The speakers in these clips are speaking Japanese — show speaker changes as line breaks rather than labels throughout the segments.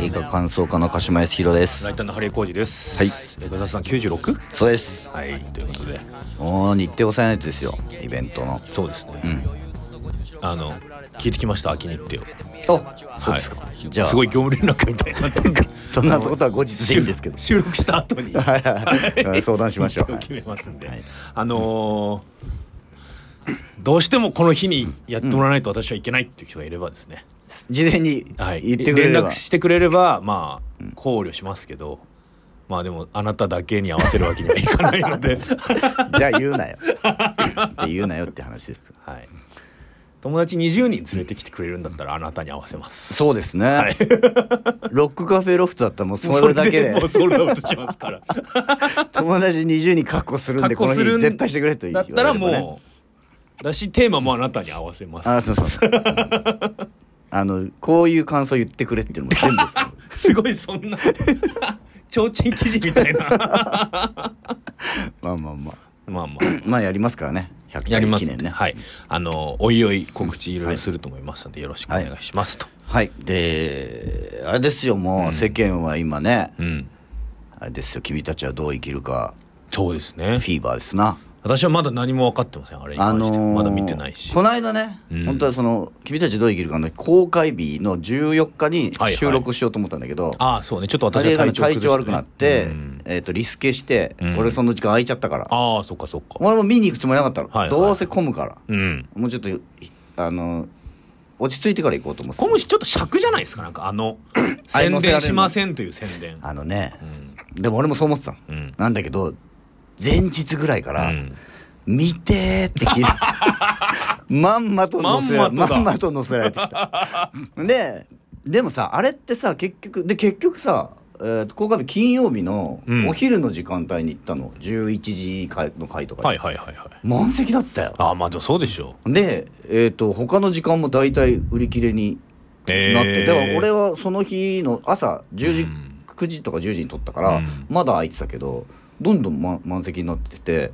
映画感想家の鹿島康弘です
ライターのハリー浩二です。
はい
えー。ガザさん 96?
そうです
はい。ということで、
もう日程押さえないとですよイベントの
そうですね。
うん
あの、聞いてきました、秋にってよ。
あそうですか、じゃあ
すごい業務連絡みたいになっ てるから
そんなことは後日でいいんですけ ど
収録した後に。
はい はいはい相談しましょう
日を決めますんで。
はい
あのーどうしてもこの日にやってもらわないと私はいけないっていう人がいればですね、
事前に
はい、
言ってくれれば、
連絡してくれればまあ考慮しますけど、まあでもあなただけに合わせるわけにはいかないので、
じゃあ言うな よって言うなよって話です
はい、友達20人連れてきてくれるんだったらあなたに合わせます
そうですね、
はい
ロックカフェロフトだったらもう それだけで
もうソールドアウトしま すから
友達20人確保するんで
確
こ
保
の
す
日
るん
絶対してくれと言
だ
わ
っ
れ
た
れば
ら
ね
もうだしテーマもあなたに合わせます
あそうそうそうあのこういう感想言ってくれっていうのも全部です
すごいそんな 提灯記事みた いな
まあまあまあ
まあまあ
まあやりますからね100
やり
回
ます
記念ね
はいあのおいおい告知いろいろすると思いますのでよろしくお願いしますと、
はいであれですよもう世間は今ね、
うん
あれですよ君たちはどう生きるか
そうです
フ
ね
ィーバーですな
私はまだ何も分かってませんあれに関して、
ー
まだ見てないし
この間ね、
うん
本当はその「君たちどう生きるか」の公開日の14日に
はいはい
収録しようと思ったんだけど、
ああそうねちょっと
あ
私
れ
は
がね
体
体
調
調悪くなって、
うん
えー、とリスケして、
うん
俺その時間空いちゃったから
ああそっかそっか
俺も見に行くつもりなかったの、
はいはい
どうせ混むから
うん
もうちょっといあの落ち着いてから行こうと思ってた
この人ちょっと尺じゃないですかなんかあ の
あれ載
宣
せられるの
伝しませんという宣伝
あのね
うん
でも俺もそう思ってたの
うん
なんだけど前日ぐらいから「
うん
見て」って聞いて まんまと載せら
まんまとだ
まんまと載せられてきたででもさあれってさ結局で結局さ、えーと公開日金曜日の
うん
お昼の時間帯に行ったの、11時回の回とかで、
はいはいはいはい
満席だったよ
ああまあでもそうでしょ
でえっ、と他の時間も大体売り切れに
う
なって、でも俺
は
はその日の朝10時、
うん
9時とか10時に撮ったから、
うん
まだ空いてたけどどんどん、ま、満席になってて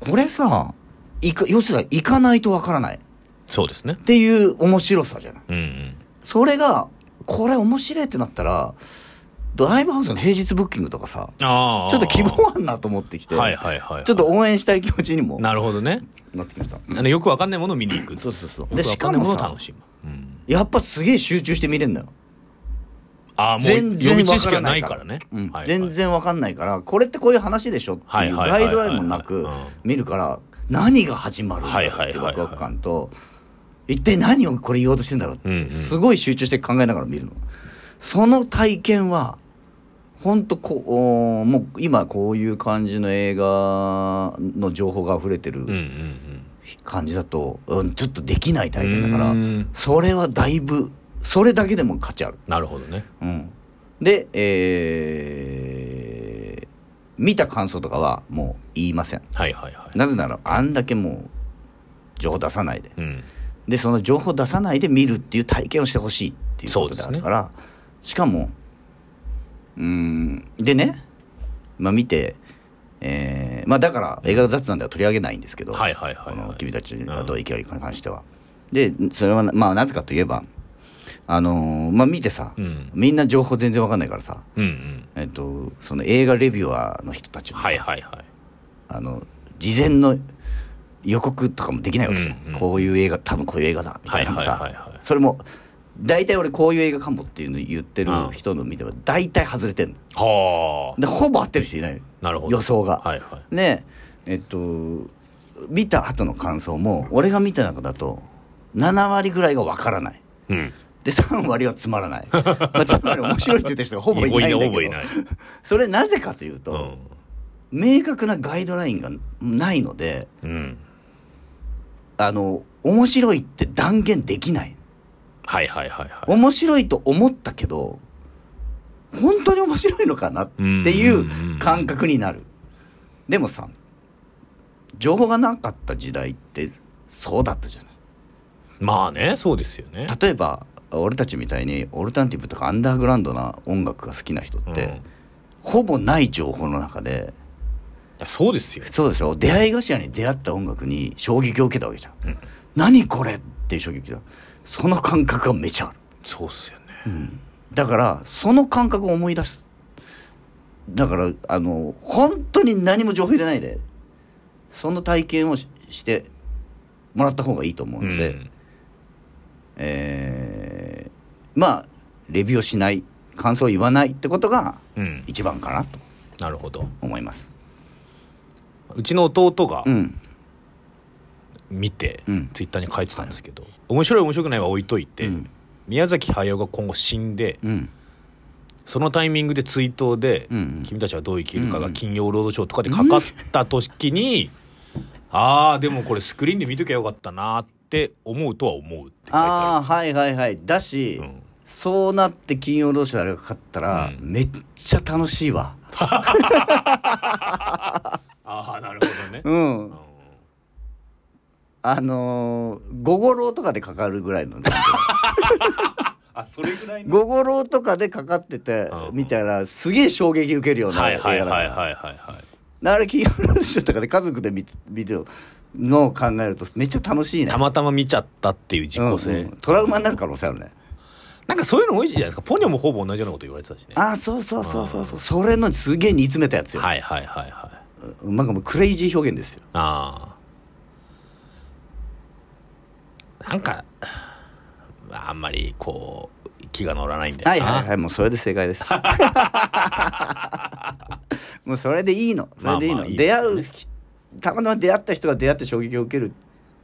これさいか要するに行かないとわからないっ
そうですね
ていう面白さじゃない
うんうん
それがこれ面白いってなったらドライブハウスの平日ブッキングとかさ
ああ
ちょっと希望あんなと思ってきて、
はいはいはい
ちょっと応援したい気持ちにもな
なるほどね
ってきました
あのよくわかんないものを見に行く
そうそうそう
で
で
し
し
か
か
も
も
ものを
さ
楽しむ、うん、
やっぱすげえ集中して見れるのよ
ああもう
全
予
然
備
わ
知識
から
が
な
ないい
か
かららね
うん
はいはい
全然わかんないからこれってこういう話でしょって
はいいうはいは
ガ
い
イドラインもなく
はい
見るから何が始まるんだ
はい
ろ
は
うっ
いはい
て
は
ワ
い
クワク感と一体何をこれ言おうとしてんだろう
うんう
っ
ん
てすごい集中して考えながら見るのその体験は本当こうおーもう今こういう感じの映画の情報が溢れて
うんうん
る
うん
感じだと、うん、ちょっとできない体験だから
うん
それはだいぶそれだけでも価値ある。
なるほどね
うん、で、えー見た感想とかはもう言いません
はいはいはい
なぜならあんだけもう情報出さないで
うん
でその情報出さないで見るっていう体験をしてほしいっていうことであるから、しかもうーんでね、まあ、見て、えーまあ、だから映画雑談では取り上げないんですけど、
はいはいはい
この「
はい
君たちがどう生きるか」に関しては。でそれはなまあなぜかといえばあのーまあ見てさ、
うん
みんな情報全然わかんないからさ、
うんうん
えっと、その映画レビュアーの人たちもさ、
はいはいはい
あの事前の予告とかもできないわけじゃん、
うんうん
こういう映画多分こういう映画だみたいなのもさ、
はいはいはいはい
それも大体俺こういう映画かもっていうの言ってる人の見ては大体外れてんの
は
でほぼ合ってる人いない
あなるほど
予想が。
はいはい
ねえっと見た後の感想も俺が見た中だと7割ぐらいがわからない。
うん
で3割はつまら ない、まあ、つまり面白いって言ってる人がほぼいないんだけど
ほぼいない
それなぜかというと、
うん
明確なガイドラインがないので
うん
あの面白いって断言できない
はいはいはいはい
面白いと思ったけど本当に面白いのかなっていう感覚になるでもさ情報がなかった時代ってそうだったじゃない
まあねそうですよね
例えば俺たちみたいにオルタナティブとかアンダーグラウンドな音楽が好きな人って、
うんい
ほぼない情報の中で
やそうですよ
そうでしょ出会い頭に出会った音楽に衝撃を受けたわけじゃん
うん
何これっていう衝撃だその感覚がめちゃある、
そうっすよね
うんだからその感覚を思い出すだからあの本当に何も情報入れないでその体験をししてもらった方がいいと思うので、
うん
えーまあレビューをしない感想を言わないってことが
うん、
一番かなと
なるほど
思います。
うちの弟が
うん、
見て、
うん
ツイッターに書いてたんですけど、面白い面白くないは置いといて、
うん
宮崎駿が今後死んで
うん
そのタイミングで追悼で、
うんうん
君たちはどう生きるか
うんう
が
ん
金曜ロードショーとかでかかった時に、あーでもこれスクリーンで見ときゃよかったなって思うとは思うって書いて
あ
あ
あはいはいはいだし、
るうん
そうなって金曜ロードショーであれがかかったら、
うん
めっちゃ楽しいわ
ああなるほどね、
うん
うん
あのー、午後郎とかでかかるぐらいの
あそれぐらいの
午後郎とかでかかってて
うん
見たらすげえ衝撃受けるような
はい
映画だ
は
か
いはい
ら
はいはいはい
だから金曜ロードショーとかで家族で見て見てるのを考えるとめっちゃ楽しいね
たまたま見ちゃったっていう実効性、
うんうんトラウマになる可能性あるね
なんかそういうの多いじゃないですかポニョもほぼ同じようなこと言われてたしね
ああそうそうそうそうそうそれのすげえ煮詰めたやつよ、
はいはいはいはい
うんなんかもうクレイジー表現ですよ
ああなんかあんまりこう気が乗らないんだ
は
よ
い
な、
はいはいもうそれで正解 ですもうそれでいいのそれでいいの、
まあまあいい
出
ですよ
会
ね
う人たまたま出会った人が出会って衝撃を受ける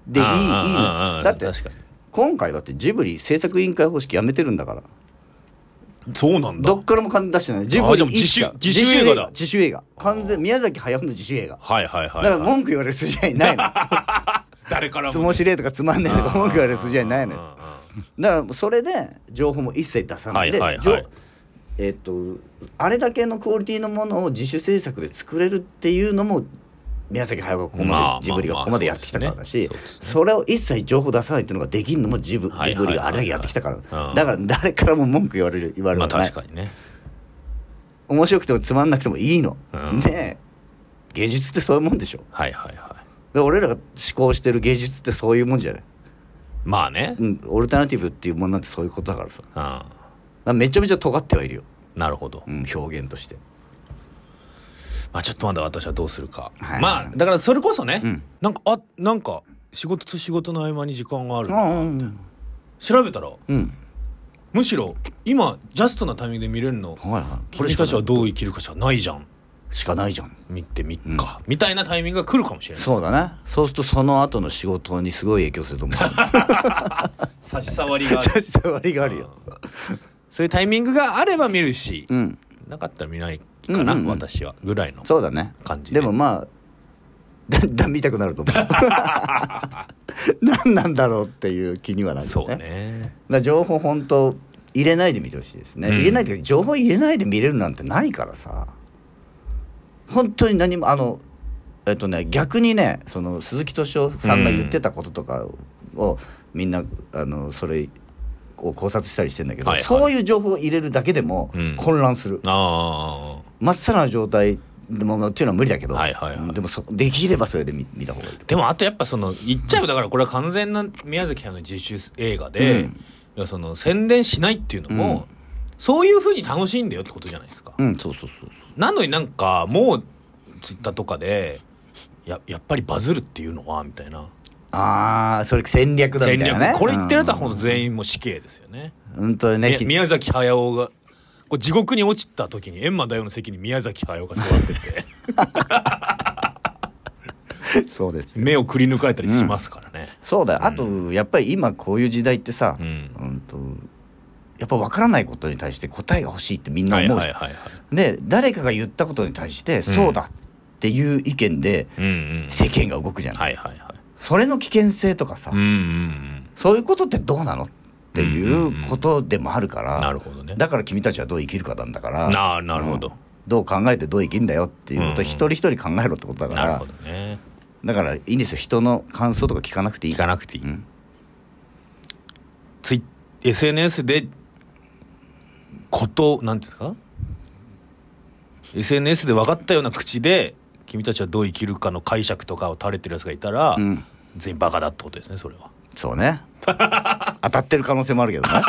でいいいい
うんうんうんう
の
ん
だって
確か
今回だってジブリ制作委員会方式やめてるんだから
にそうなんだ
どっからも金出してないジブ
あじゃあ
リ一社
自主自主映画だ
自主映画完全宮崎駿の自主映画
はいはいは
だか
い、
ら
はい、
文句言われる筋合い ないの
誰から
つ
も
もしれえとかつまんねえとか文句言われる筋合いないのよ
うんうんうん
だからそれで情報も一切出さないで、
はいはいはい
じょえっとあれだけのクオリティのものを自主制作で作れるっていうのも宮崎駿がここまで、
まあまあ
ジブリがここまでやってきたからだし、
まあそう
そ
ですねそうですね
れを一切情報出さないっていうのができるのもジブ,、
はいはい
ジブリがあれだけやってきたから、
うん
だから誰からも文句言われる言われる
ま
の
あ
ない、
確かにね
面白くてもつまんなくてもいいの、
うん
ねえ芸術ってそういうもんでしょ
はいはいはい
で俺らが思考してる芸術ってそういうもんじゃない、
まあね、う
うんん、オルタナティブっていうもんなんてそういうことだからさだからめちゃめちゃ尖ってはいるよ
なるほど、
うん、表現として。
まあ、ちょっとまだ私はどうするか、
はい
まあだからそれこそね、
うん
なんかあなんか仕事と仕事の合間に時間がある、
うん、
調べたら
うん、
むしろ今ジャストなタイミングで見れるの
はいはい。
君たちはどう
う
生きるかじゃないじゃん
しかないじゃん。
見てみっか、みたいなタイミングが来るかもしれない
そうだね。そうするとその後の仕事にすごい影響すると 思う。
差し障りがある
差し障りがあるよ。
そういうタイミングがあれば見るし、
うん、
なかったら見ないかな、
うんうんうん
私はぐらいの
そうだね。
感じ
でもまあだ んだん見たくなると思 う。何なんだろうっていう気にはなるよね。
そう
だか
ね
ら情報本当入れないで見てほしいですね。
うん
入れないというか情報入れないで見れるなんてないからさ。本当に何もあのえっとね逆にねその鈴木敏夫さんが言ってたこととかを、みんなあのそれを考察したりしてんだけど、
はいはい
そういう情報を入れるだけでも
うん
混乱する、
ああ
真っさらな状態でもっていうのは無理だけど、
はいはいはい
でもそできればそれで見見た方がいいと
でもあとやっぱその言っちゃうだからこれは完全な宮崎駿の自主映画で、
うん
いやその宣伝しないっていうのも、
うん
そういうふうに楽しいんだよってことじゃないですか、
うんそうそうそうそう
なのになんかもうツイッターとかでややっぱりバズるっていうのはみたいな
ああそれ戦略だみ
戦
たい
略、
なね
これ言ってるやつは本当
員
全員もう死刑ですよね、
本当にね
み宮崎駿がこう地獄に落ちた時に閻魔大王の席に宮崎駿が座って て
そうですよ
目をくり抜かれたりしますからね、
そうだよあと、やっぱり今こういう時代ってさ、
うん
うんとやっぱ分からないことに対して答えが欲しいってみんな
は
思う
い
じゃん、
はいはいはい
で誰かが言ったことに対してそうだっていう意見で
うんうん
世間が動くじゃない、
はいはいはい
それの危険性とかさ、
うんうんうん
そういうことってどうなのっていうことでもあるから、
なるほどね
だから君たちはどう生きるかなんだから
なあなるほど
うんどう考えてどう生きるんだよっていうことを一人一人考えろってことだか
なる
ら、
ほどね
だからいいんですよ人の感想とか聞かなくていい
聞かなくていい、
うん
ツイ SNS でことなんていうんですか SNS で分かったような口で君たちはどう生きるかの解釈とかを垂れてるやつがいたら、
うん
全員バカだってことですねそれは
そうね当たってる可能性もあるけどね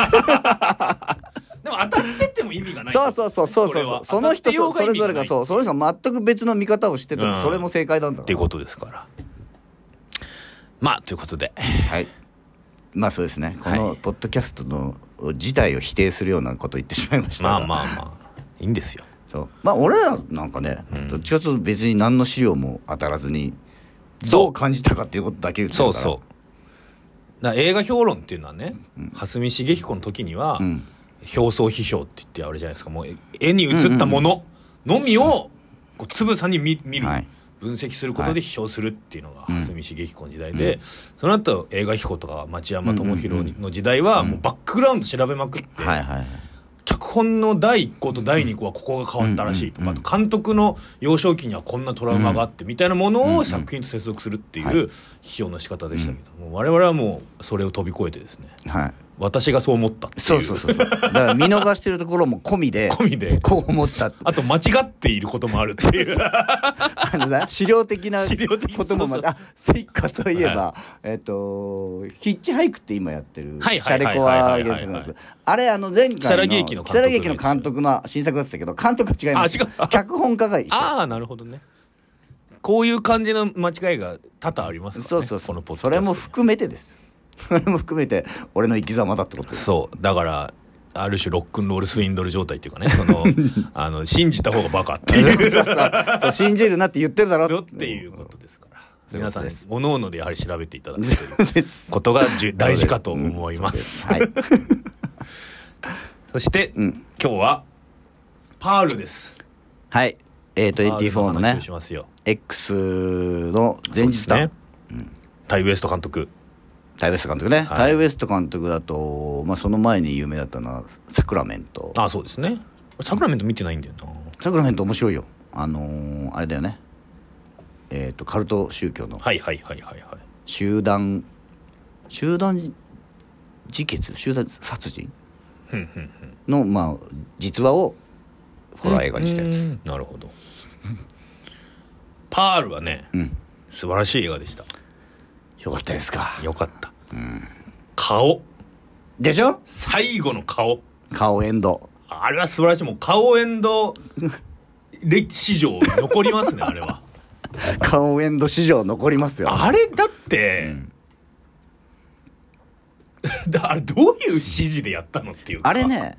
でも当当たってても意味がない
そうそうそうそう
こ
そ
れ
うそ
は
うその人
当た
そ
ってよ
れ
うが
ぞれ
意味ない
がそうその人が全く別の見方をしてて
う
も
ん
それも正解なんだ
っ
か
てい
ら
うことですからまあということで
はいまあそうですねこ
は
の
い
ポッドキャストの自体を否定するようなことを言ってしまいました
ま
が
あまあまあいいんですよ
そうまあ俺らなんかね、
うん
どっちかというと別に何の資料も当たらずに
そう
どう感じたかっていうことだけ言ってる
そ
から
うそうだから映画評論っていうのはね、
うん
蓮見茂彦の時には、
ん、
表層批評って言ってあれじゃないですかもう絵に映ったもののみをこうつぶさに見見る、
はい
分析すること
は
で
い
批評するっていうのが
うん
蓮見茂彦の時代で、
うん
その後映画批評とか町山智
うんうん
博
う
の時代は
うん
もうバックグラウンド調べまくって、
はいはいはい
脚本の第1項と第2項はここが変わったらしいとか、
うんうんうん
あと監督の幼少期にはこんなトラウマがあってみたいなものを作品と接続するってい
うんうん
う批評の仕方でしたけど、もう我々はもうそれを飛び越えてですね
はい
私がそう思ったっていう
そうそうそうそうだから見逃してるところも込みで
込みで
こう思ったって
あと間違っていることもある っていう。
あのな資料的な
資料的
こともまたあそっかそういえば、えっ、とヒッチハイクって今やってる、
はい
シャ
はいは
レ
い
コ
はい
は
はいはい
原作なんですあれあの前回の
如月駅の監督のやつ
如月駅の監督の新作だったけど監督は違います
あ違う
脚本家が一緒
ああ、なるほどね。こういう感じの間違いが多々ありますからね。
そうそうそ
この
う
ポッドキャスト
それも含めてです それも含めて俺の生き様だってことです
そう。だから、ある種ロックンロールスウィンドル状態っていうかね、その、あの、信じた方がバカって
そう
い
そう
う。
そうそう信じるなって言ってるだろ
のっていうことですから。
そういう
皆
こ
さ
と
ん
で
ね
す、
おのおのでやはり調べていただく
です
ことがじゅ大事かと思います。
うんそうですはい、
そして、
うん、
今日は、パールです。
はいえー、と24の
パール話
ね
をしますよ。
X の前日
そうで
談、
すね。タイウエスト監督。
タイ・ウエスト監督ね、
はい
タイ・ウエスト監督だと、まあ、その前に有名だったのはサクラメント
あ、そうですね。俺サクラメント見てないんだよな。
サクラメント面白いよあのーあれだよねえっ、とカルト宗教の
はいはいはいはいはい。
集団集団自決集団殺人
ふんふんふん
の、まあ、実話をホラー映画にしたやつ
うんなるほどパールはね
うん、
素晴らしい映画でした
よかったですか
よかった、顔
でしょ
最後の顔
顔エンド
あれは素晴らしいもう顔エン ド歴史上残りますねあれは
顔エンド史上残りますよ
あれだって、
うん
だ あれどういう指示でやったのっていうか
あれね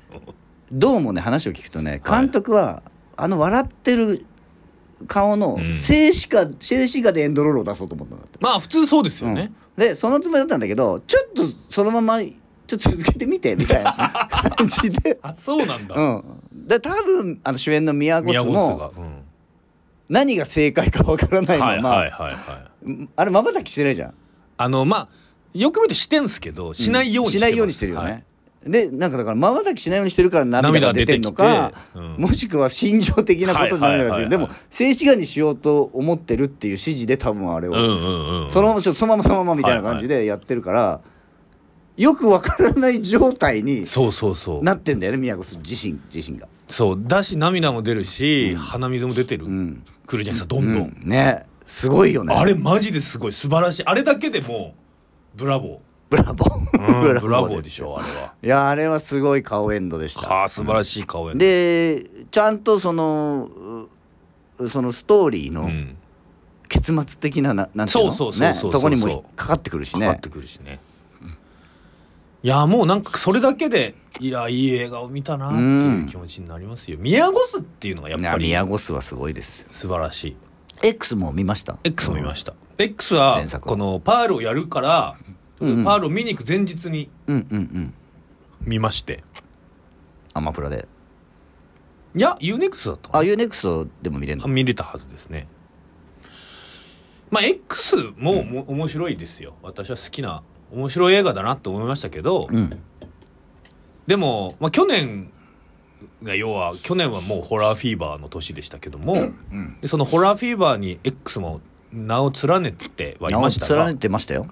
どうもね話を聞くとね監督は、あの笑ってる顔の
うん
静止画、静止画でエンドロールを出そうと思ったんだって、
まあ普通そうですよね、
うんでそのつもりだったんだけどちょっとそのままちょっと続けてみてみたいな感じで。
あそう なんだ、
うん、で多分あの主演の宮越
宮越
も
が、うん
何が正解かわからない
はい
まま、
はいはいは
う
い
んあれまばたきしてないじゃん
あのまあよく見てしてんすけどしないように
しないようにしてるよね、でなんかだからまばたきしないようにしてるから涙
涙
が
が
出
出
て
て
る
きて
のか
うん
もしくは心情的なことになるのか
はいはいはいはい
でも静止画にしようと思ってるっていう指示で多分あれを、
はいうんうんうん、
そのままちょっとそのままそのままみたいな感じでやってるから、よくわからない状態に
そうそうそう
なってんだよね宮越自身自身が。
そうだし涙も出るし、
うん
鼻水も出てる、
うん、
くるじゃないですかどんどん、
うねすごいよね。
あれマジですごい素晴らしいあれだけでもうブラボ
ブラボー、
ー、 うん、ブラボー
す
でしょあれはい
やあれはすごい顔エンドでした。
はあ素晴らしい顔やね
でちゃんとそのうそのストーリー
う
の
ん、
結末的なななんていうの
そうそうそう
ね
そうそ
と
う
こにも引っかかってくるし
か
ね
かってくるしねいやもうなんかそれだけでいやいい映画を見たなっていう気持ちになりますよ、宮越っていうのがやっ
い
ぱ
や
り
宮越はすごいです
素晴らしい
X も見ました
X も見ました、X は
前作を
このパールをやるから、
うんうん
パールを見に行く前日に
うんうんうん
見まして
アマプラで
いや UNEXT だったか
あ
な
UNEXT でも見れるの
見れたはずですねまあ X もも面白いですよ私は好きな面白い映画だなと思いましたけど、
うん
でも、まあ、去年が要は去年はもうホラーフィーバーの年でしたけども、
うん
でそのホラーフィーバーに X も名を連ねてはい
名を
ましたが
連ねてましたよ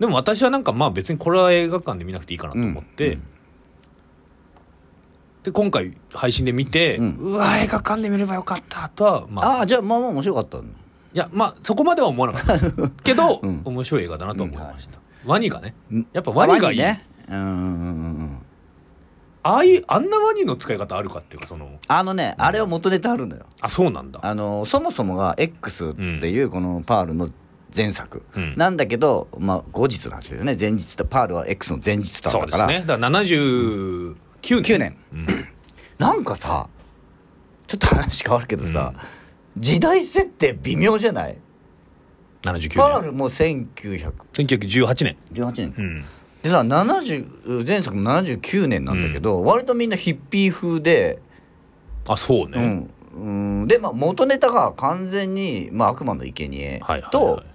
でも私はなんかまあ別にこれは映画館で見なくていいかなと思って、
うん
で今回配信で見て、う
うん
わ映画館で見ればよかったとはまあ
ああじゃあまあまあ面白かったの
いやまあそこまでは思わなかった けど、
うん
面白い映画だなと思いました、ワニがねやっぱ
あ
ワニがいい、
ねうんうんうんうん
ああいうあんなワニの使い方あるかっていうかその
あのねあれは元ネタあるのよ
あそうなんだ
あのそもそもが X っていうこのパールの前作、
うん
なんだけど、まあ、後日の話だよね前日とパールは X の前日だった
そう
か
で
ら
すねだから79年
9年
うん
なんかさちょっと話変わるけどさ、時代設定微妙じゃないパー
79
ルも1918
年1918年
年か
うん
でさ70前作も79年なんだけど、割とみんなヒッピー風で、
あそうね、
うん、うんで、まあ、元ネタが完全に、まあ、悪魔の生贄と、
はいはいはい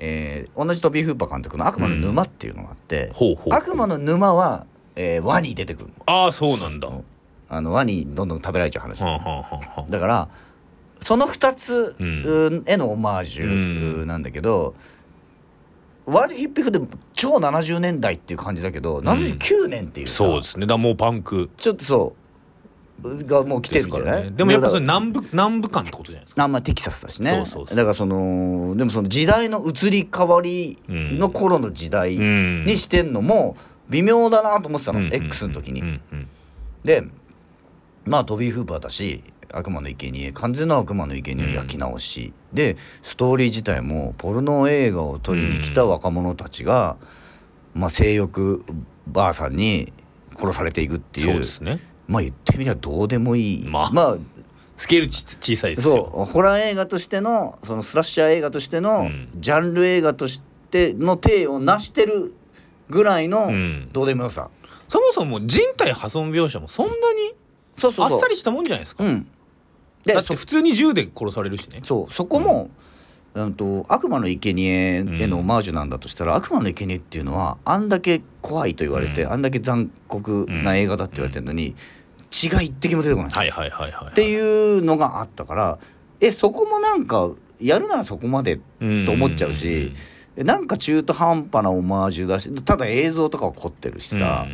えー同じトビー・フーパー監督の「悪魔の沼」っていうのがあって、
ほうほう
悪魔の沼は、えーワニ出てくるの
ああそうなんだ、は
あのワニどんどん食べられちゃう話、
あはあはあはあ
だからその2つ
うん
うんへのオマージュ
うん
なんだけど、割とヒッピックで超70年代っていう感じだけど79年っていうさ、
そうですねだからもうパンク
ちょっとそうがもう来てる
です
ん
か
じゃ
ら
ない
ねでもやっぱそ
だ
れ
から
南部南部感ってことじゃないですか
あんまあテキサスだしね
そうそうそう
だからそのでもその時代の移り変わりの頃の時代
うん
にしてんのも微妙だなと思ってたの、
うんうん
X の時に。
うんうん
でまあトビー・フーパーだし悪魔の生贄完全な悪魔の生贄を焼き直し、でストーリー自体もポルノ映画を撮りに来た若者たちが、まあ、性欲ばあさんに殺されていくって
そう
いう
ですね
まあ言ってみりゃどうでもいい
まあ
ま
スケールち小さい
あ
ですよ
そうホラー映画としてのそのスラッシャー映画としての、
うん
ジャンル映画としての体を成してるぐらいの
うん
どうでもよさ、
そもそも人体破損描写もそんなに
そうそ
あ
うそう
っさりしたもんじゃないですか
うんで
だって普通に銃で殺されるしね
そうそこも、うん、と悪魔の生贄へのオマージュなんだとしたら、悪魔の生贄っていうのはあんだけ怖いと言われて、
うん
あんだけ残酷な映画だって言われてるのに、血が一滴も出てこない、
はいはいはいはい
っていうのがあったからえそこもなんかやるならそこまで
うん
と思っちゃうしえなんか中途半端なオマージュだしただ映像とかは凝ってるし
うん
さ、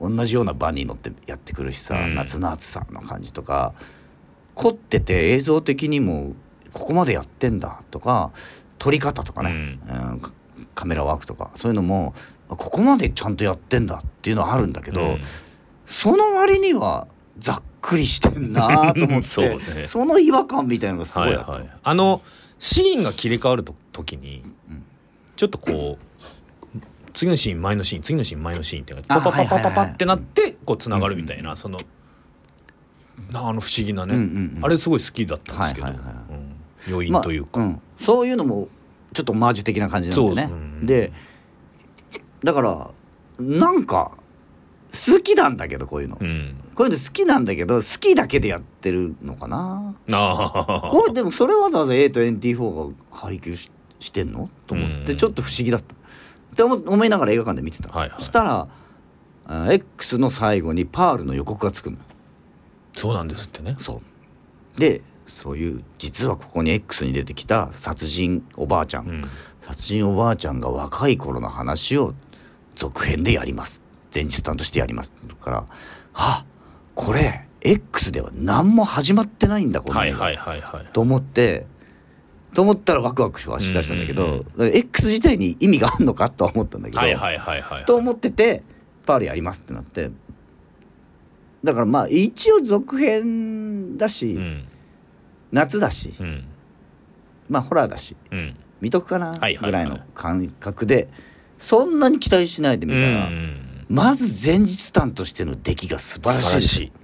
同じような場に乗ってやってくるしさ、
うん
夏の暑さの感じとか凝ってて映像的にもここまでやってんだとか撮り方とかね、うんかカメラワークとかそういうのもあここまでちゃんとやってんだっていうのはあるんだけど、
うん
その割にはざっくりしてんなと思って
そうね
の違和感みたいなのがすごい
は
あ
い
った、
はいあのシーンが切り替わると時に
うん
ちょっとこう次のシーン前のシーン次のシーン前のシーンって
あ
パパパパパパ
はいはいはい
ってなってこうつながるみたいなそのなあの不思議な
うん
ね
うんうん
あれすごい好きだったんですけど
はいはいはい
うん要因というか
まあんそういうのもちょっとオマージュ的な感じなんだよね
そうそううん
でだからなんか好きなんだけどこういうの、
うん
こういうの好きなんだけど好きだけでやってるのかな
ああ
こうでもそれわざわざ A と NT4 が配給ししてんのと思っ
う
て
ん
ちょっと不思議だったって思思いながら映画館で見てた、
はいはい
したらあ X の最後にパールの予告がつくの
そうなんですってね
そうでそういう実はここに X に出てきた殺人おばあちゃん、
うん
殺人おばあちゃんが若い頃の話を続編でやります前日担としてやりますだからあこれ X では何も始まってないんだこの
は
映
い
画
はいはいはい
と思ってと思ったらワクワクしはしだしたんだけど、
うんうんうん
だから X 自体に意味があるのかとは思ったんだけど、
はいはいはいはい
と思っててパールやりますってなってだからまあ一応続編だし、
うん
夏だし、
うん
まあホラーだし
うん
見とくかな
はいはい
ぐらいの感覚で、そんなに期待しないでみたら、
うん
まず前日担としての出来が素晴らしいです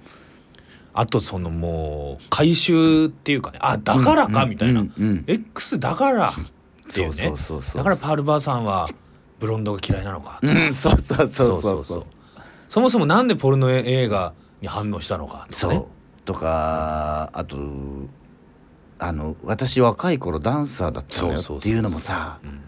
あとそのもう回収っていうかねあだからか
うん
みたいな、
うんうん
X だからっていうね
そうそうそうそう
だからパールバーさんはブロンドが嫌いなのか、
うんそうそうそうそうそう
そもそもなんでポルノ映画に反応したのかと
そ
か、
う、
ね、
とかあとあの私若い頃ダンサーだったのよ
そうそうそう
っていうのもさ
うん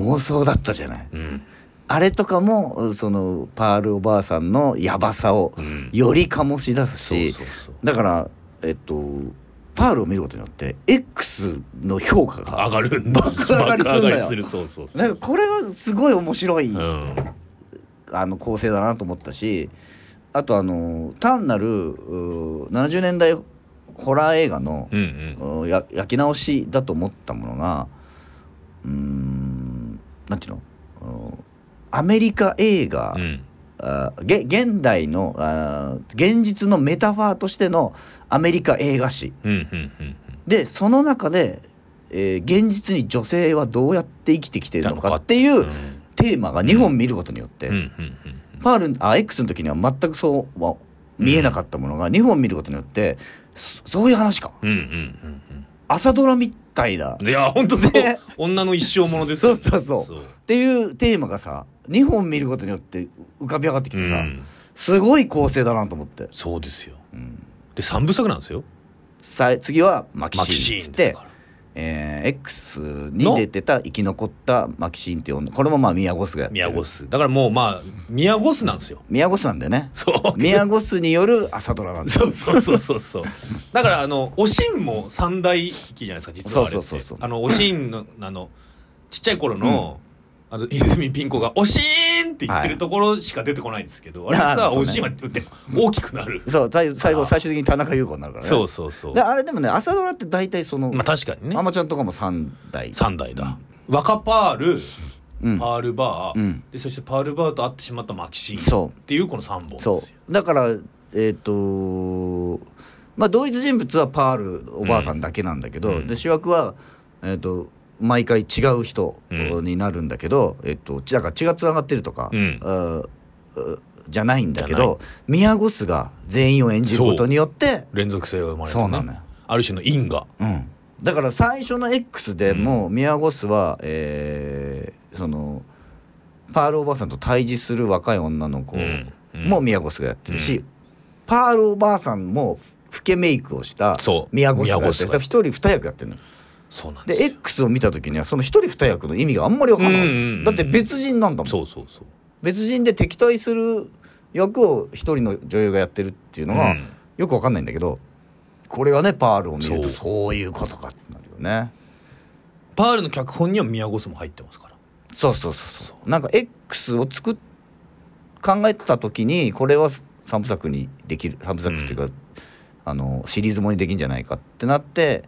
妄想だったじゃない
うん
あれとかもそのパールおばあさんのやばさを
うん
より醸し出す
そう
し
そうそう
だからえっとパールを見ることによって X の評価
上
が
がる
爆上がりすんだよ
爆上するそうそうそう
なんかこれはすごい面白い、
うん
あの構成だなと思ったしあとあの単なるうー70年代ホラー映画の
うんうん
うんや焼き直しだと思ったものがうーんなんていうのうんアメリカ映画
うん
あげ現代のあ現実のメタファーとしてのアメリカ映画史
うんうんうん
でその中で、えー現実に女性はどうやって生きてきてるのかっていううんテーマが2本見ることによって、
うんうんうん
パールあ X の時には全くそうは見えなかったものが2本見ることによってそそういう話か
うんうんうんうん
朝ドラみたいなっ
うんいや本当
ね
ね女の一生ものですよね
そうそう
そう
ていうテーマがさ2本見ることによって浮かび上がってき
う
てさ、
ん
すごい構成だなと思って、
そうですよ
うん
で三部作なんですよ
さ次はマキ
マキシ
シーンっ
ー
つっ
ンです
て
から
えー X に出てた生き残ったマキシーンっていう女これもまあミヤゴスがやってる
宮古スだからもうまあ宮古スなんですよ
ミヤゴスなんだよね
そう
ミヤゴスによる朝ドラなんだよ
そうそうそうそうそうだからあのおしんも三大期じゃないですか実はあれって
そうそうそうそう
あのおしんのあのちっちゃい頃の、あの泉ピン子が「おしーん!」って言ってるところしか出てこないんですけど、
はい
あれ
あー
さ、
そうね
おしんはって言って大きくなる、
そう最最後
あー
最終的に田中優子になるからね
そうそうそう
で
ま
あれでもね朝ドラって大体その、
あ確かにね
ママちゃんとかも3代
三大だ、若パール
うん、
パールバー、
うん
でそしてパールバーと会ってしまったマキシーン
そ
っていうこの三本で
う
すよ
そうだからえっ、とまあ同一人物はパールおばあさんだけなんだけど、
うん
で主役はえっ、と毎回違う人になるんだけど、えっとだから血がつながってるとか、
うん
あーじゃないんだけ
じゃな
ど宮越スが全員を演じることによって
連続性が生まれて、ね、
そうなのよ
ある種の因果
うん、だから最初の X でも宮越スは、えーそのパールおばあさんと対峙する若い女の子も宮越スがやってるし、
うん
パールおばあさんも老けメイクをした
そう
宮越スがやって
宮越
るだ
が
から一人二役やってるの
そうなんです
で X を見た時にはその一人二役の意味があんまり分からなかった、
うんうんうん
だって別人なんだもん
そうそうそう
別人で敵対する役を一人の女優がやってるっていうのが、
うん
よくわかんないんだけどこれがねパールを見る
そ
と
う
そういうことかってなるよね
パールの脚本には宮越も入ってますから
そうそうそうそうなんか X を作っ考えてた時にこれは三部作にできる三部作っていうか、あのシリーズもにできんじゃないかってなって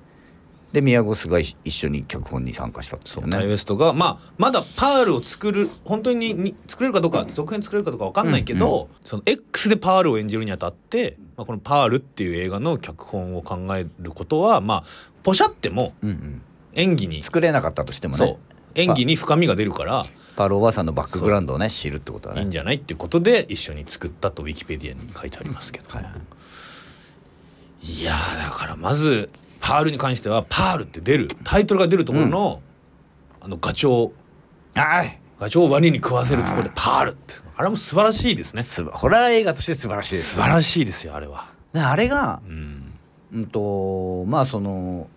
で宮越が一一緒に脚本に参加したってい
そううタイ
ね
ウエストが、まあ、まだパールを作る本当にに作れるかどうか続編作れるかどうかわかんないけど、その X でパールを演じるにあたって、まあ、この「パール」っていう映画の脚本を考えることはまあポシャっても
うんうん
演技に、
作れなかったとしても
そう
ね
演技に深みが出るから
パールおばあさんのバックグラウンドをね知るってことだ
いいん
ね
じゃないっていうことで一緒に作ったとウィキペディアに書いてありますけど、
はい
いやーだからまず「パール」に関しては「パール」って出るタイトルが出るところの、あのガチョウ
はい
ガチョウをワニに食わせるところでパールってあれも素晴らしいですね素
すばホラー映画として素晴らしいです
晴らしいですよあれは
であれが
うん
うんとまあその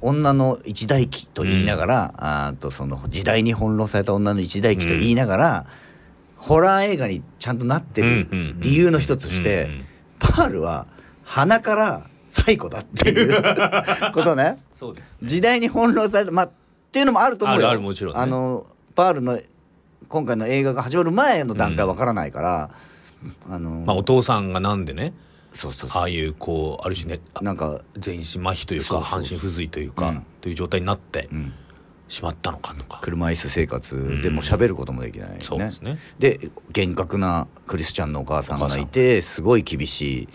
女の一代記と言いながら、あーとその時代に翻弄された女の一代記と言いながら、ホラー映画にちゃんとなってる
うんうんうん
理由の一つとして、
うんうん
パールは鼻から最古だっていう ことね
そうですね
時代に翻弄された、まあ、っていうのもあると思うよ
あるあるもちろんね
あのパールの今回の映画が始まる前の段階わからないから、あの
まあお父さんがなんでね
そうそうそ
ああいうこうある種ねあ
うなんか、
全身麻痺という
そう
か
そうそう
半身不随という
う
か
ん
という状態になって
うん、
しまったのかとか
車椅子生活でもう喋ることもできない、ね
そうですね
で厳格なクリスチャンのお母さんがいてすごい厳しい、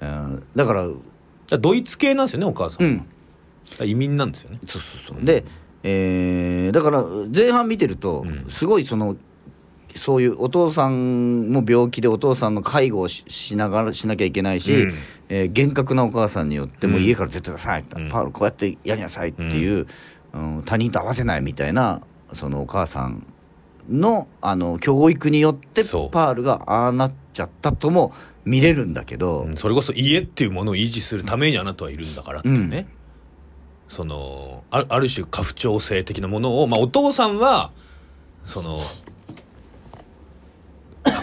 うん、だからうん
だからドイツ系なんですよねお母さんはだから移民なんですよね
そうそうそうで、えーだから前半見てると
うん
すごいそのそういうお父さんも病気でお父さんの介護をししながらしなきゃいけないし、
うん
えー厳格なお母さんによっても
う
うん家から絶対出さない、って
うん
パウルこうやってやりなさいっていう、うん他人と合わせないみたいなそのお母さんのあの教育によって
そう
パールがああなっちゃったとも見れるんだけど、
うんそれこそ家っていうものを維持するためにあなたはいるんだからっていうね、そのあある種家父長制的なものを、まあ、お父さんはその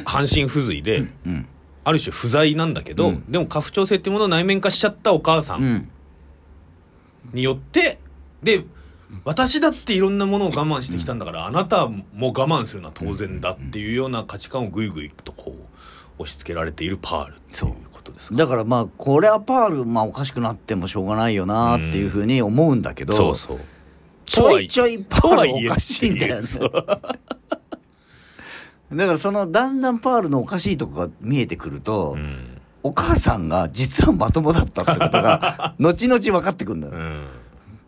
半身不随で、
うん
ある種不在なんだけど、
うん
でも家父長制っていうものを内面化しちゃったお母さ
うんん
によって、で私だっていろんなものを我慢してきたんだから、あなたも我慢するのは当然だっていうような価値観をぐいぐいとこう押し付けられているパールっていうことですか
だからまあこれはパール、まあ、おかしくなってもしょうがないよなっていうふうに思うんだけど、
そうそう
ちょいちょいパ
とは
ー
言
ル
え
おかしいんだよね。
そう
だからそのだんだんパールのおかしいとこが見えてくると、
うん
お母さんが実はまともだったってこと が後々分かってくるんだよ、
うん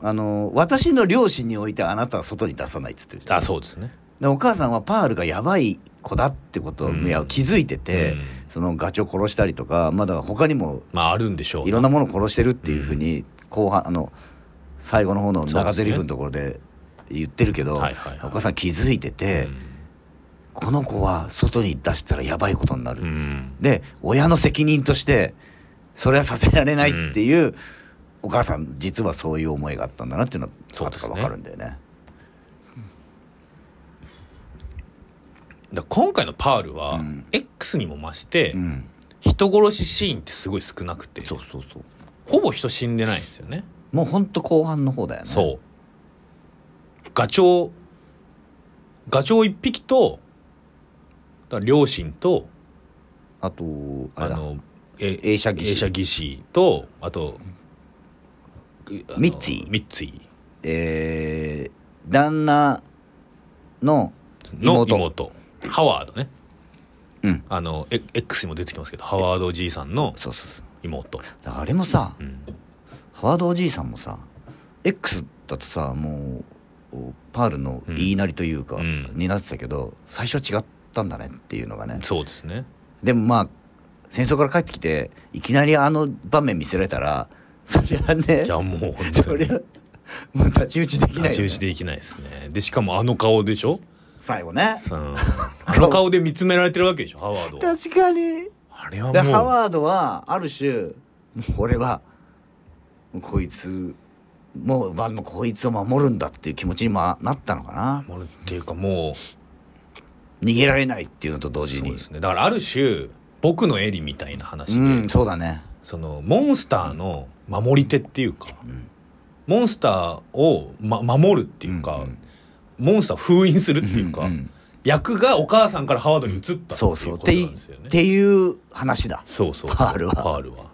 あの私の両親においてあなたは外に出さないっつってる
あそうですね
でお母さんはパールがやばい子だってことを、
うん
いや気づいてて、
うん
そのガチョ殺したりとかまだ他にも
まああるんでしょう
いろんなものを殺してるっていうふうに後半あの最後の方の長ゼリフのところで言ってるけど、
はいはいはい
お母さん気づいてて、この子は外に出したらやばいことになる、
うんうん
で親の責任としてそれはさせられないっていう、お母さん実はそういう思いがあったんだなっていうの
そ
は
うで
後
す
か
ね
ら分かるんだよね。
だから今回の「パール」は
うん
X にも増して
うん
人殺しシーンってすごい少なくて
そうそうそう
ほぼ人死んでないんですよね
もうほんと後半の方だよね。
そうガチョウガチョウ1匹とだから両親と
あとあ
あ
れだ
のえ
映写技師
映写技師とあとあの
ミッツィ
ミッツィ
えー旦那の
の
妹
妹ハワードね
うん
あのえ X にも出てきますけどハワードおじいさんの
そうそうそう
妹、
だからあれもさ
うん
ハワードおじいさんもさ X だとさもうおパールの言いなりというか、
うん
になってたけど最初は違ったんだねっていうのがね
そうですね
でもまあ戦争から帰ってきていきなりあの場面見せられたらそりゃね
じゃあもう本当
そり
に
ゃもう太刀打ちできない
太
よ、ね
刀打ち、できないですねでしかもあの顔でしょ、
最後ね
うん あの顔で見つめられてるわけでしょハワードは
確かに
あれは
で
もう
ハワードはある種もう俺はもうこいつもう、まあ、もうこいつを守るんだっていう気持ちにもなったのかな
もうっていうかもう
逃げられないっていうのと同時
そう
に
ですねだからある種僕のエリみたいな話で、
うんそうだね
そのモンスターの守り手っていうか、
ん
モンスターを、ま、守るっていうか、
うんうん
モンスターを封印するっていうか、
んん
役がお母さんからハワードに移ったっていう
そ
こ
うそうっ
と
て
ないんですよね
っ。ていう話だ
そうそうそう
パールは
パールは、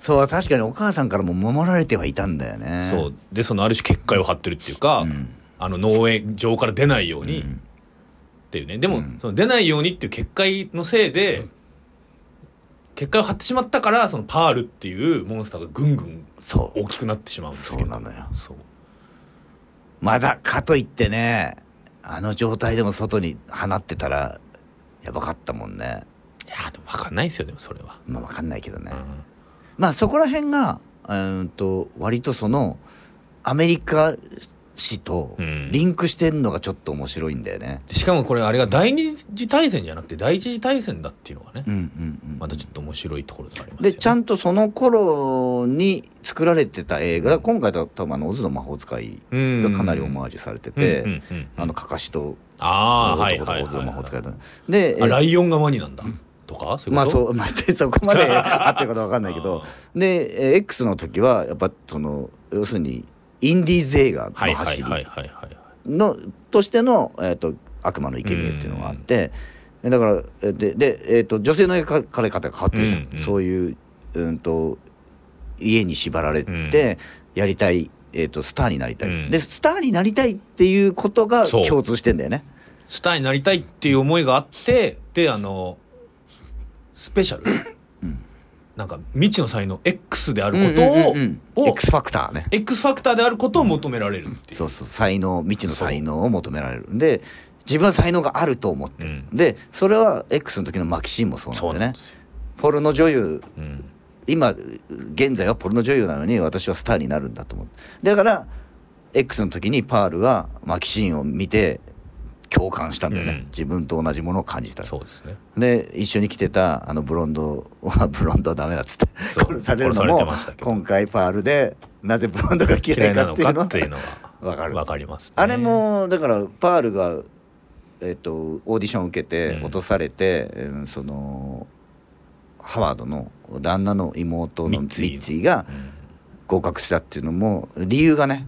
そう確かにお母さんからも守られてはいたんだよね
そうでそのある種結界を張ってるっていうか、
うん
あの農園上から出ないように、
うん
っていうねでも、
うん
その出ないようにっていう結界のせいで結界を張ってしまったからそのパールっていうモンスターがぐんぐん
そう
大きくなってしまうんです
そ
け
う
ど
なのよ
そう
まだかといってねあの状態でも外に放ってたらやばかったもんね
いやーでも分かんないですよでもそれは、
まあわかんないけどね、
うん
まあそこら辺がうーんと割とそのアメリカ史と
うん
リンクしてんのがちょっと面白いんだよね、
でしかもこれあれが第二次大戦じゃなくて第一次大戦だっていうのがね、
うんうんうん
またちょっと面白いところではありますよね
でちゃんとその頃に作られてた映画今回だと多分あの「オズの魔法使い」がかなりオマージュされてて、
うんうんうんうん
あのかかしと
あーはい
男と
はい
オズの
はい
魔
は
法使
い
いと、で、え
あライオンがワニなんだとかそういうこと
まあそう、まあ、でそこま で合ってるかどうかわかんないけどでえー X の時はやっぱその要するにインディーズ映画の
はいはい
走り
はいはいはい
のとしての、えー、と悪魔の生贄っていうのがあって、だからえーでで、えー、と女性の描かれ方が変わってるじゃん、
うんうん
そういう、うん、と家に縛られてやりたい、えー、とスターになりたい、
うん
でスターになりたいっていうことが
そう
共通してんだよね
スターになりたいっていう思いがあってであのスペシャル、なんか未知の才能 X であることを、
うんうんうん
を
X ファクターね
X ファクターであることを求められるっていう、
そうそう才能未知の才能を求められるで自分は才能があると思ってる、
うん
でそれは X の時のマキシーンもそうなんだ
そう
よ
なん
ね
ですよ、
ポルノ女優
うん
今現在はポルノ女優なのに私はスターになるんだと思うだから X の時にパールがマキシーンを見て共感したんだよね、
うん
自分と同じものを感じた
そうですね
で一緒に来てたあのブロンド はブロンドはダメだっつって
そう
殺されるの
殺されて
も
ましたけど
今回パールでなぜブロンドが嫌
嫌
い
いな
か
の
っていうの
か
は
っていうのが
わかる
わかります、ね、
あれもだからパールが、えっとオーディションを受けて
うん
落とされて、うんそのハワードの旦那の妹の
ミ
ミ
ッツィ
ッツィが
うん
合格したっていうのも理由がね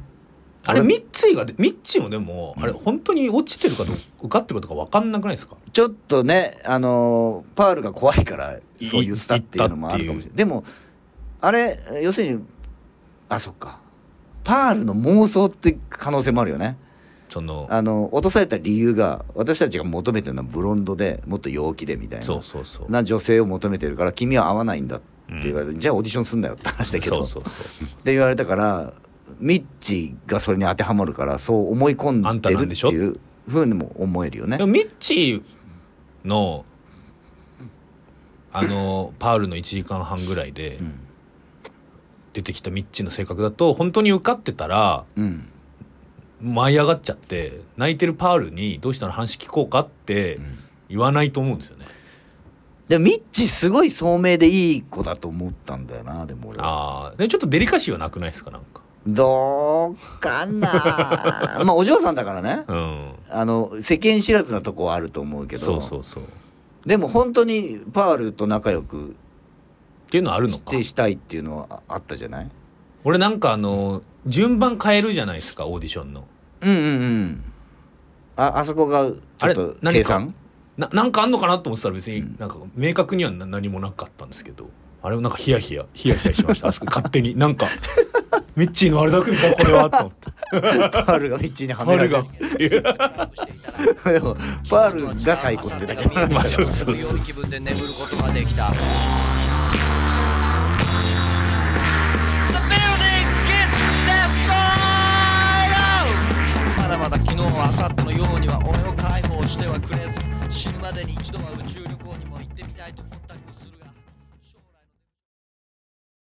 あれミッツィがでミッチーもでも、あれ本当に落ちてるかどう受かってるかとか分かんなくないですか
ちょっとねあのパールが怖いからそう言ったっていうのもあるかもしれ
言
ない
ったってい
でもあれ要するにあそっかパールの妄想って可能性もあるよね
その
あの落とされた理由が私たちが求めてるのはブロンドでもっと陽気でみたいな
そうそうそう
な女性を求めてるから君は合わないんだって言われて、じゃあオーディションすんなよって話だけど
そうそうそう
って言われたからミッチがそれに当てはまるからそう思い込
あ
ん
ん
で
たな
るっ
んでしてょ
いうふうにも思えるよね
でもミッチーのあのパールの1時間半ぐらいで
うん
出てきたミッチーの性格だと本当に受かってたら
うん
舞い上がっちゃって泣いてるパールに「どうしたの話聞こうか?」って
うん
言わないと思うんですよね。
でもミッチすごい聡明でいい子だと思ったんだよなでも俺は
ああでもちょっとデリカシーはなくないですかなんか。
どうか なまあお嬢さんだからね
うん
あの世間知らずなとこはあると思うけど
そうそうそう。っ
でも本当にパールと仲良く
ていうのはあるの
し
か。
てしたいっていうのはあったじゃない
俺なんかあの順番変えるじゃないですかオーディションの。
うんうんうんああそこがちょっと
あれ何か
計算
ななんかあんのかなと思ってたら別に
うん
なんか明確にはな何もなかったんですけどあれもなんかヒヤヒヤヒヤヒヤしましたあそこ勝手に なんかミッチーのあれだけかこれはと思って
パールが道には
パ
めら
ー
れ
ル
る
が
でもパールが最高ってだけ
まあそうそう
強い気分で眠ることができた The building gets destroyed! まだまだ昨日は明後日のようには俺を解放してはくれず死ぬまでに一度は宇宙旅行にも行ってみたいと思う